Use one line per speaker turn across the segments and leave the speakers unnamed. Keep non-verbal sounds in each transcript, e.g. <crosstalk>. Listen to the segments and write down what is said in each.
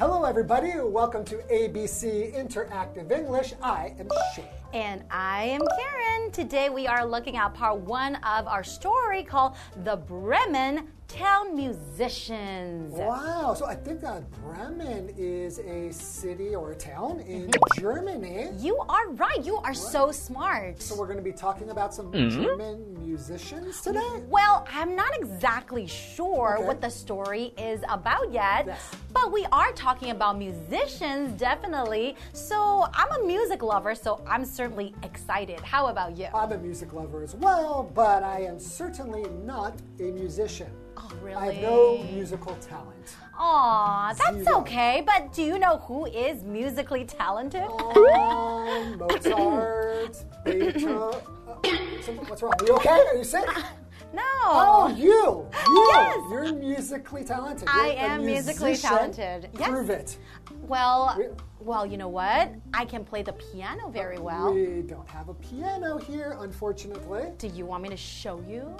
Hello, everybody. Welcome to ABC Interactive English. I am Shane.
And I am Karen. Today we are looking at part one of our story called The Bremen Town Musicians.
Wow. So I think that Bremen is a city or a town in
Mm-hmm.
Germany.
You are right. You are so smart.
So we're going to be talking about some
Mm-hmm.
German musicians today.
Well, I'm not exactly sure
Okay.
what the story is about yet,
Yes.
but we are talking about musicians, definitely. So I'm a music lover, so I'm certainly excited. How about you?
I'm a music lover as well, but I am certainly not a musician.
oh, really?
I have no musical
<laughs>
talent.
Aw, that's
Zero.
okay, but do you know who is musically talented?
Um, Mozart, Beethoven. uh, some- what's wrong? Are you okay? Are you sick?
<laughs> <laughs> no.
Oh, you! You!
Yes.
You're musically talented.
I
You're a
am musically
musician.
talented. Yes.
Prove it.
Well,
We-
well, you know what? I can play the piano very well.
We don't have a piano here, unfortunately.
Do you want me to show you?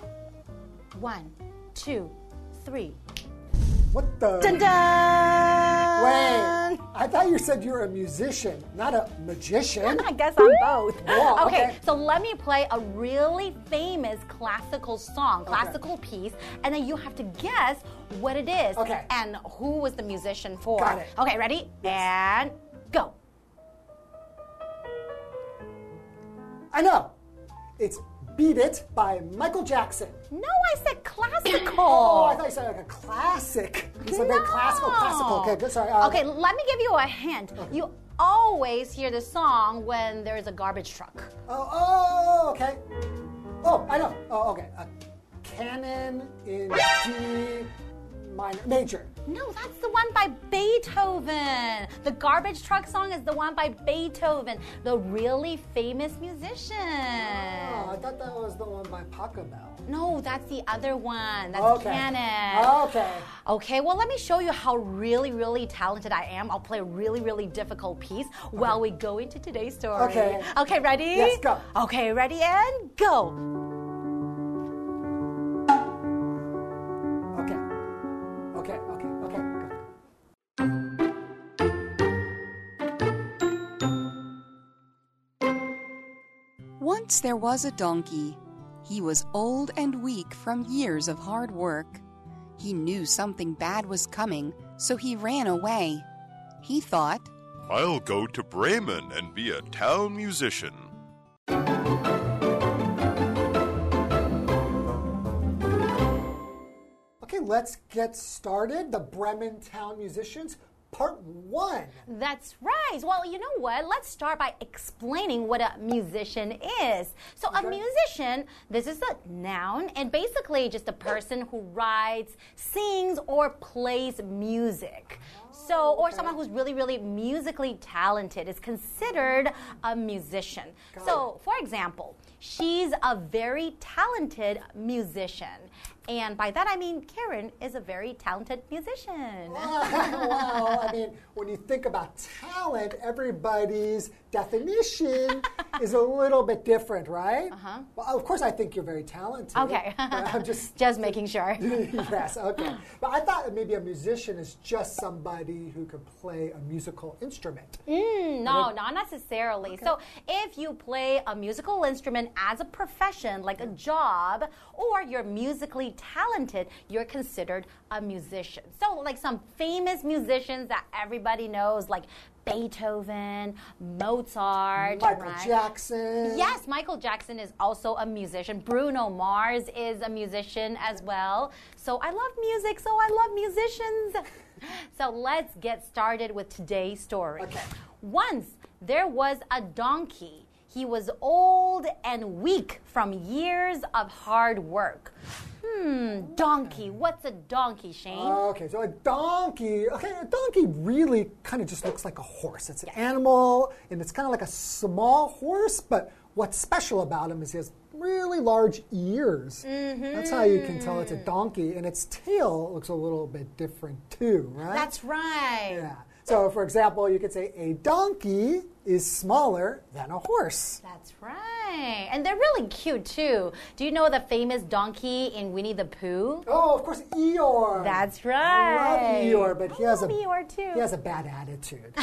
One, two, three.
What the?
Dun dun!
Wait. I thought you said you're a musician, not a magician.
I guess I'm both.
Wow,
okay,
okay.
so let me play a really famous classical song, classical piece, and then you have to guess what it is
Okay.
and who was the musician for.
Got it.
Okay, ready? And go.
I know. It's Beat It by Michael Jackson.
No, I
<clears throat>
said classical.
Oh, I thought you said like a classic. It's a very classical, classical. Okay, good. Sorry. uh,
okay, let me give you a hint. You always hear the song when there is a garbage truck.
Oh, oh, okay. Oh, I know. Oh, okay. A canon in D minor, major.
No, that's the one by Beethoven. The garbage truck song is the one by Beethoven, the really famous musician.
Oh, I thought that was the one by Pachelbel.
No, that's the other one. That's
Okay. Oh.
canon.
Okay.
Okay, well, let me show you how really, really talented I am. I'll play a really, really difficult piece while we go into today's story.
Okay.
Okay, ready?
Yes, go.
Okay, ready and go.
Okay. Okay, okay, okay. good.
Once there was a donkey. He was old and weak from years of hard work. He knew something bad was coming, so he ran away. He thought,
I'll go to Bremen and be a town musician.
Okay, let's get started. The Bremen Town Musicians, part one.
That's right. Well, you know what? Let's start by explaining what a musician is. So, a musician, this is a noun, and basically just a person who writes, sings, or plays music. So, or someone who's really, really musically talented is considered a musician. so, for example, she's a very talented musician. And by that I mean Karen is a very talented
<laughs>
musician.
well, I mean, when you think about talent, everybody's
<laughs>
definition is a little bit different, right? Uh-huh. Well, of course, I think you're very talented. <laughs>
Okay.
but I'm just.
Just making sure.
yes, okay. But I thought that maybe a musician is just somebody who can play a musical instrument.
No, not necessarily. So, if you play a musical instrument as a profession, like a job, or you're musically talented, you're considered a musician. So, like some famous musicians that everybody knows, like Beethoven, Mozart,
Michael
right?
Jackson.
Yes, Michael Jackson is also a musician. Bruno Mars is a musician as well. So I love music, so I love musicians. <laughs> so let's get started with today's story.
Okay.
Once there was a donkey. He was old and weak from years of hard work. Hmm, donkey. What's a donkey, Shane?
Okay, so a donkey. Okay, a donkey really kind of just looks like a horse. It's an animal, and it's kind of like a small horse, but what's special about him is he has really large ears. That's how you can tell it's
Mm-hmm.
a donkey, and its tail looks a little bit different too, right?
That's right.
yeah. So, for example, you could say a donkey is smaller than a horse.
That's right. And they're really cute too. Do you know the famous donkey in Winnie the Pooh?
Oh, of course, Eeyore.
That's
I
right.
love Eeyore, but he
I
has
love
a
Eeyore, too.
He has a bad
<laughs>
attitude.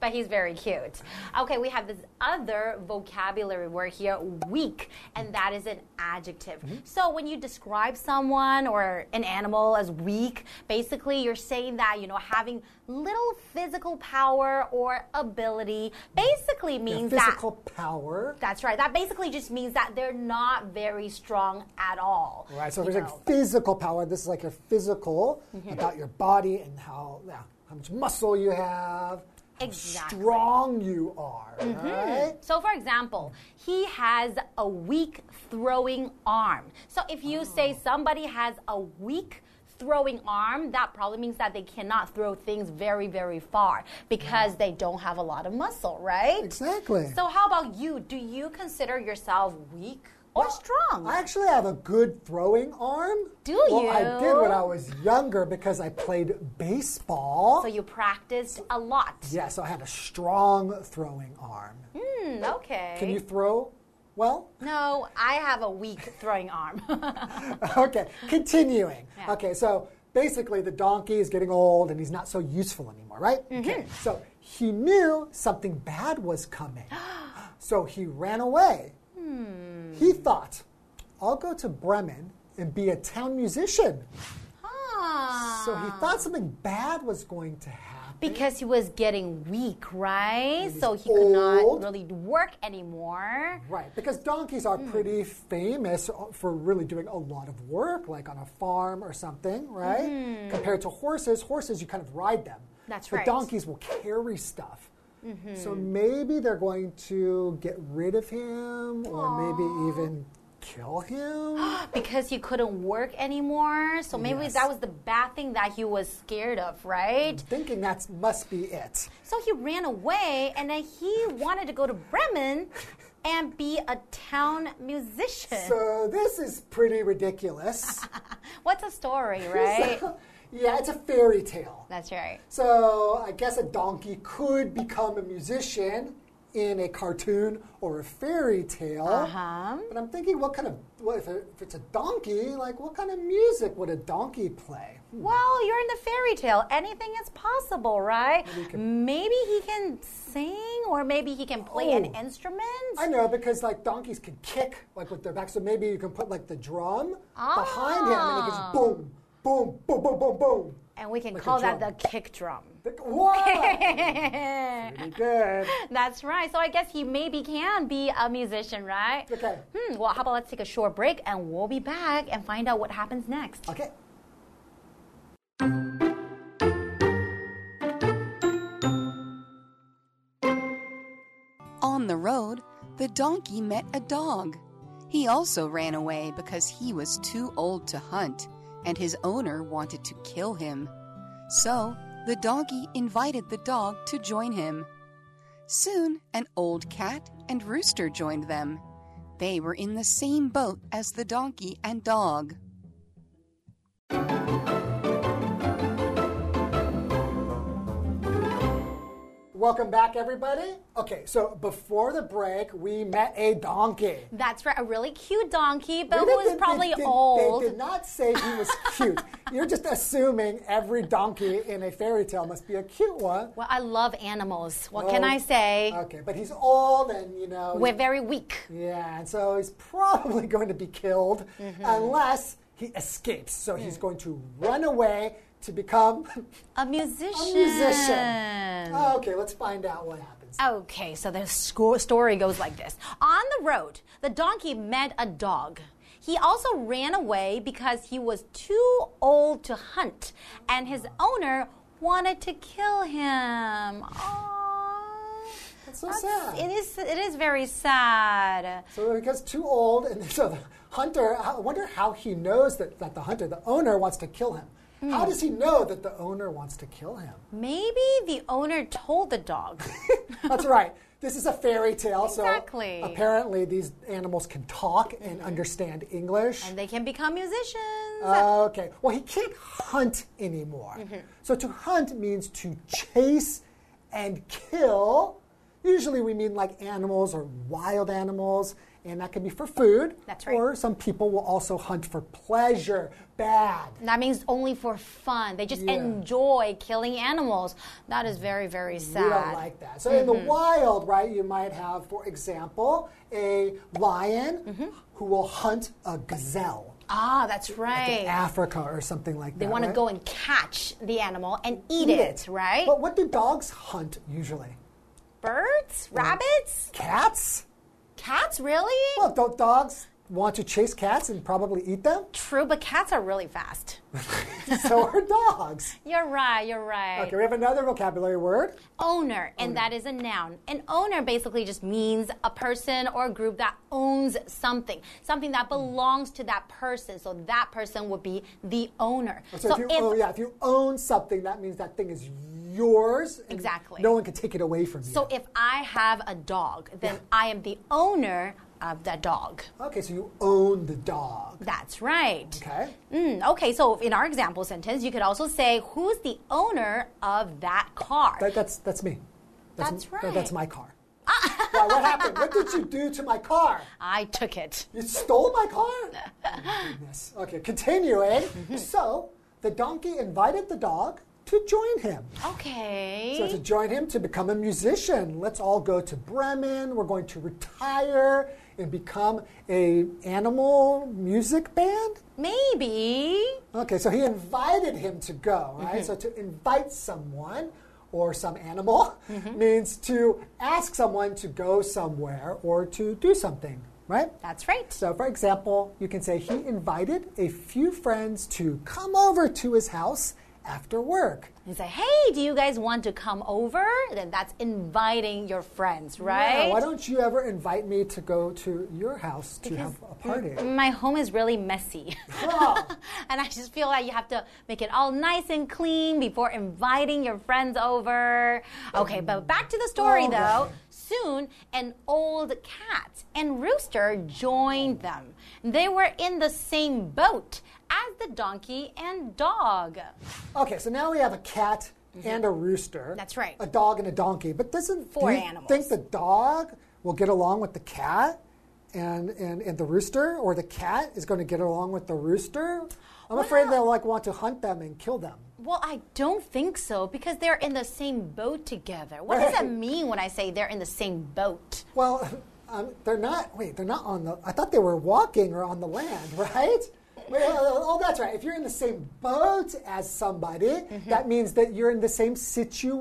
But he's very cute. Okay, we have this other vocabulary word here, weak, and that is an adjective.
Mm-hmm.
So when you describe someone or an animal as weak, basically you're saying that, you know, having little physical power or ability basically means that
Physical power.
That's right. That basically just means that they're not very strong at all.
Right. So
you
there's like physical power. This is like your physical
Mm-hmm.
about your body and how yeah, how much muscle you have, how
Exactly. Mm-hmm.
strong you are. Right.
So, for example, he has a weak throwing arm. So, if you
Oh.
say somebody has a weak throwing arm, that probably means that they cannot throw things very, very far because they don't have a lot of muscle, right?
Exactly.
So, how about you? Do you consider yourself weak or strong?
I actually have a good throwing arm.
Do
well, I did
you?
when I was younger because I played baseball.
so, you practiced a lot.
yeah, so I had a strong throwing arm.
Hmm, okay.
Can you throw? Well,
no, I have a weak throwing arm. <laughs>
<laughs> okay, continuing.
Yeah.
Okay, so basically the donkey is getting old and he's not so useful anymore, right?
Mm-hmm.
Okay, so he knew something bad was
<gasps>
coming. so he ran away.
Hmm.
He thought, I'll go to Bremen and be a town musician.
Ah.
So he thought something bad was going to happen.
Because he was getting weak, right? So he could
old.
not really work anymore.
Right, because donkeys are
Hmm.
pretty famous for really doing a lot of work, like on a farm or something, right? Compared to horses, horses you kind of ride them.
Mm-hmm. That's
but
right. Mm-hmm.
Donkeys will carry stuff. So maybe they're going to get rid of him, or maybe even kill
<gasps>
him.
Because he couldn't work anymore. So maybe
Yes.
that was the bad thing that he was scared of, right?
Thinking that must be
<laughs>
it.
So he ran away and then he wanted to go to Bremen and be a town musician.
So this is pretty
<laughs>
ridiculous.
What's a
<laughs>
story, right?
yeah, it's a fairy tale.
That's right.
So I guess a donkey could become a musician in a cartoon or a fairy tale.
Uh-huh.
But I'm thinking, what kind of well, if, it- if it's a donkey, like what kind of music would a donkey play?
Well, you're in the fairy tale. Anything is possible, right? Maybe he can sing or maybe he can play an
Oh.
instrument.
I know because like donkeys can kick like with their back, so maybe you can put like the drum behind him and it
Ah.
goes boom, boom, boom, boom, boom, boom.
And we can
Like a
call that
drum.
the kick drum.
Like, Wow! Pretty good.
<laughs> That's right. So I guess he maybe can be a musician, right?
Okay.
Hmm. Well, how about let's take a short break and we'll be back and find out what happens next.
Okay.
On the road, the donkey met a dog. He also ran away because he was too old to hunt, and his owner wanted to kill him. So, the donkey invited the dog to join him. Soon, an old cat and rooster joined them. They were in the same boat as the donkey and dog.
Welcome back, everybody. Okay, so before the break, we met a donkey.
That's right. A really cute donkey, but
They
who is
did-
probably
they did-
old.
They did not say he was
<laughs>
cute. You're just assuming every donkey in a fairy tale must be a cute one.
Well, I love animals. What can
Oh,
I say?
Okay, but he's old and, you know.
We're very weak.
yeah, and so he's probably going to be killed
Mm-hmm.
unless he escapes. So
Mm.
he's going to run away to become
A musician.
musician. okay, let's find out what happens.
Okay, so the sco- story goes like this On the road, the donkey met a dog. He also ran away because he was too old to hunt, and his owner wanted to kill him. Aww.
That's so sad.
It is, it is very sad.
So he gets too old, and <laughs> so the hunter, I wonder how he knows that, that the hunter, the owner, wants to kill him. How does he know that the owner wants to kill him? <laughs>
Maybe the owner told the dog.
That's right. This is a fairy tale,
Exactly.
so apparently these animals can talk and understand English.
And they can become musicians.
Okay. Well, he can't hunt anymore.
Mm-hmm.
So to hunt means to chase and kill. Usually we mean like animals or wild animals, and that can be for food.
That's right.
Or some people will also hunt for pleasure. Bad.
that means only for fun. They just
Yeah.
enjoy killing animals. That is very, very sad. Mm-hmm.
We don't like that. So in the wild, right, you might have, for example, a lion
Mm-hmm.
who will hunt a gazelle.
ah, that's right.
in Africa or something like
they
that.
want to
right?
go and catch the animal and eat, it, right?
But what do dogs hunt usually?
Birds? Rabbits?
Cats?
Cats, really?
Well, don't dogs want to chase cats and probably eat them?
<laughs> True, but cats are
<laughs>
really fast.
So are dogs.
You're right, you're right.
Okay, we have another vocabulary word.
Owner, and that is a noun. An owner basically just means a person or a group that owns something, something
Hmm.
that belongs to that person. So that person would be the owner.
So, if you own, yeah, if you own something, that means that thing is yours. and
Exactly.
No one can take it away from you.
so if I have a dog, then I am the owner of the dog.
okay, so you own the dog.
That's right.
Okay.
Mm, okay, so in our example sentence, you could also say, Who's the owner of that car?
That, that's that's me.
That's
that- that's
right.
my car. Why, what
<laughs>
happened? What did you do to my car?
I took it.
You stole my car?
<laughs>
Oh, goodness. Okay, continuing. So the donkey invited the dog to join him.
Okay.
So to join him to become a musician, let's all go to Bremen. We're going to retire and become a animal music band.
Maybe.
Okay, so he invited him to go, right? So to invite someone or some animal means to ask someone to go somewhere or to do something, right?
That's right.
So, for example, you can say he invited a few friends to come over to his house after work.
and say, hey, do you guys want to come over? Then that's inviting your friends, right?
Yeah, why don't you ever invite me to go to your house to have a party?
<laughs> My home is really messy. <laughs>
Oh,
and I just feel like you have to make it all nice and clean before inviting your friends over. Okay, but back to the story
All
though.
right.
Soon, an old cat and rooster joined them. They were in the same boat as the donkey and dog.
okay, so now we have a cat and a rooster.
Mm-hmm. That's right.
A dog and a donkey. But doesn't
Four
do you
animals.
think the dog will get along with the cat and, and, and the rooster? Or the cat is going to get along with the rooster? I'm afraid they'll like want to hunt them and kill them.
Well, I don't think so because they're in the same boat together. What does that
Right.
mean when I say they're in the same boat?
Well, <laughs> um, they're not. Wait, they're not on the. I thought they were walking or on the land, <laughs> right? Wait, oh, oh, that's right. If you're in the same boat as somebody,
Mm-hmm.
that means that you're in the same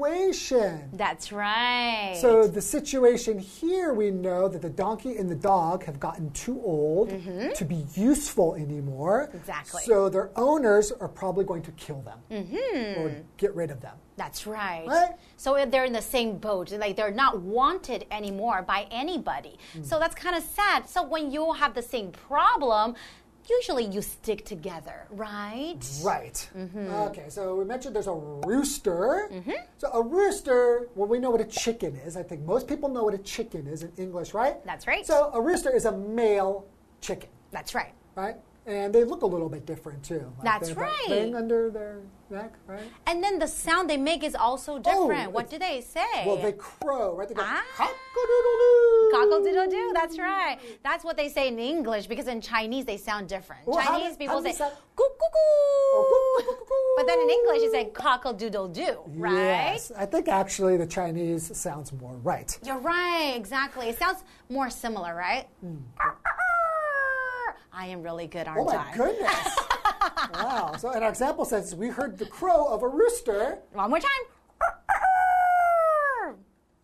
situation.
That's right.
So the situation here, we know that the donkey and the dog have gotten too old to be useful anymore.
Mm-hmm. Exactly.
So their owners are probably going to kill them
Mm-hmm.
or get rid of them.
That's right.
Right?
So if they're in the same boat, like they're not wanted anymore by anybody.
Hmm.
So that's kind of sad. So when you have the same problem, usually you stick together, right?
Mm-hmm. Right.
Mm-hmm.
Okay, so we mentioned there's a rooster. So a rooster, well, we know what a chicken is. I think most people know what a chicken is in English, right?
That's right.
So a rooster is a male chicken,
That's right.
right? And they look a little bit different too. Like
That's
they have that
right.
Thing under their neck, right?
And then the sound they make is also different.
Oh, it's-
what do they say?
Well, they crow, right? They go
Eh. Ah.
cock-a-doodle-doo.
Cockle doodle doo, that's right. That's what they say in English because in Chinese they sound different.
Well, how
Chinese
does-
people
how
say
does that-
"Coo, coo,
Oh,
coo."
coo, coo, coo, coo.
But then in English you say cockle doodle doo, right?
Yes, I think actually the Chinese sounds more right.
You're right, exactly. It sounds more similar, right? I am really good,
Hmm.
aren't
Oh my
I?
goodness.
<laughs>
wow. So in our example sentence, we heard the crow of a rooster.
One more time.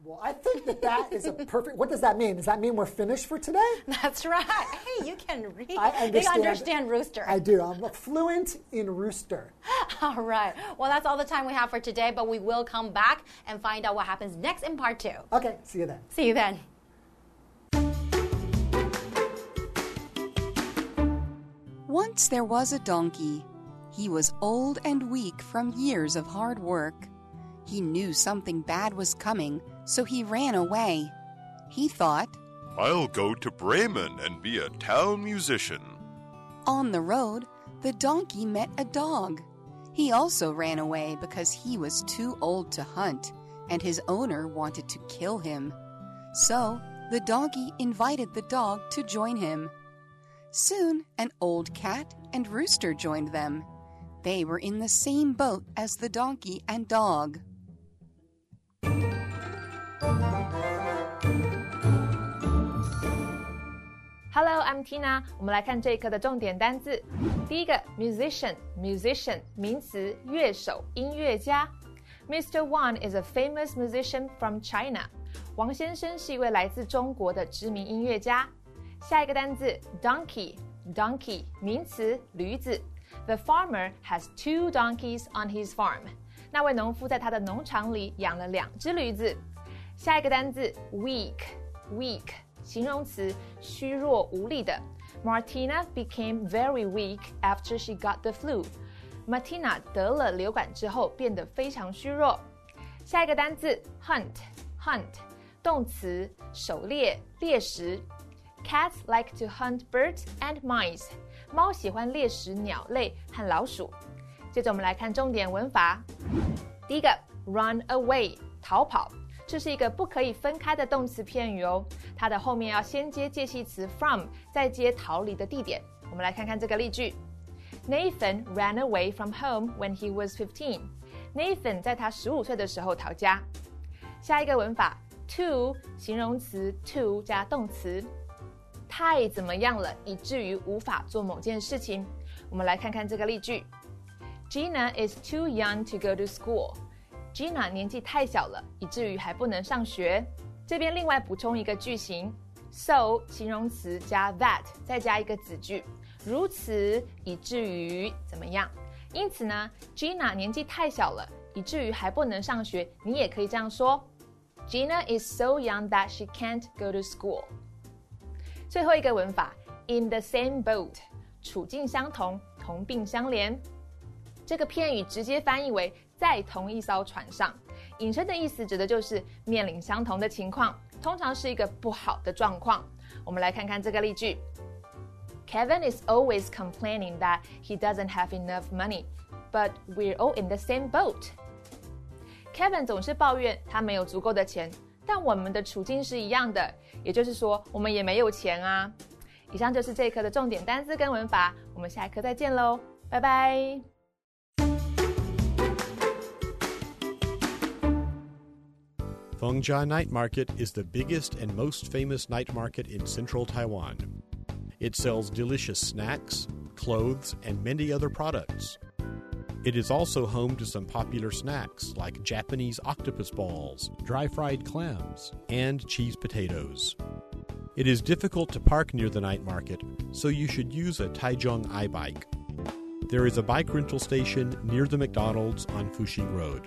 Well, I think that that is a perfect. What does that mean? Does that mean we're finished for
<laughs>
today?
That's right. Hey, you can read.
I
They
understand.
understand rooster.
I do. I'm fluent in rooster.
<laughs> All right. Well, that's all the time we have for today, but we will come back and find out what happens next in part two.
Okay, see you then.
See you then.
Once there was a donkey. He was old and weak from years of hard work. He knew something bad was coming, so he ran away. He thought,
I'll go to Bremen and be a town musician.
On the road, the donkey met a dog. He also ran away because he was too old to hunt, and his owner wanted to kill him. So, the donkey invited the dog to join him. Soon, an old cat and rooster joined them. They were in the same boat as the donkey and dog.
Hello, I'm Tina。我们来看这一课的重点单字。第一个，musician，musician 名词，乐手、音乐家。Mr. Wang is a famous musician from China。王先生是一位来自中国的知名音乐家。下一个单字，donkey，donkey 名词，驴子。The farmer has two donkeys on his farm。那位农夫在他的农场里养了两只驴子。下一个单字，weak，weak，形容词，虚弱无力的。Martina became very weak after she got the flu. Martina 得了流感之后变得非常虚弱。下一个单字，hunt，hunt，动词，狩猎、猎食。Cats like to hunt birds and mice. 猫喜欢猎食鸟类和老鼠。接着我们来看重点文法。第一个，run away，逃跑，这是一个不可以分开的动词片语哦。它的后面要先接介系词 from，再接逃离的地点。我们来看看这个例句：Nathan ran away from home when he was fifteen. Nathan 在他十五岁的时候逃家。下一个文法，to 形容词 to 加动词，太怎么样了，以至于无法做某件事情。我们来看看这个例句：Gina is too young to go to school. Gina 年纪太小了，以至于还不能上学。这边另外补充一个句型，so 形容词加 that，再加一个子句，如此以至于怎么样？因此呢，Gina 年纪太小了，以至于还不能上学。你也可以这样说：Gina is so young that she can't go to school. 最后一个文法，in the same boat，处境相同，同病相怜。这个片语直接翻译为在同一艘船上，引申的意思指的就是面临相同的情况，通常是一个不好的状况。我们来看看这个例句：Kevin is always complaining that he doesn't have enough money, but we're all in the same boat. Kevin 总是抱怨他没有足够的钱，但我们的处境是一样的，也就是说，我们也没有钱啊。以上就是这一课的重点单词跟文法，我们下一课再见喽，拜拜。
Fengjia Night Market is the biggest and most famous night market in central Taiwan. It sells delicious snacks, clothes, and many other products. It is also home to some popular snacks like Japanese octopus balls, dry fried clams, and cheese potatoes. It is difficult to park near the night market, so you should use a Taichung iBike. There is a bike rental station near the McDonald's on Fuxing Road.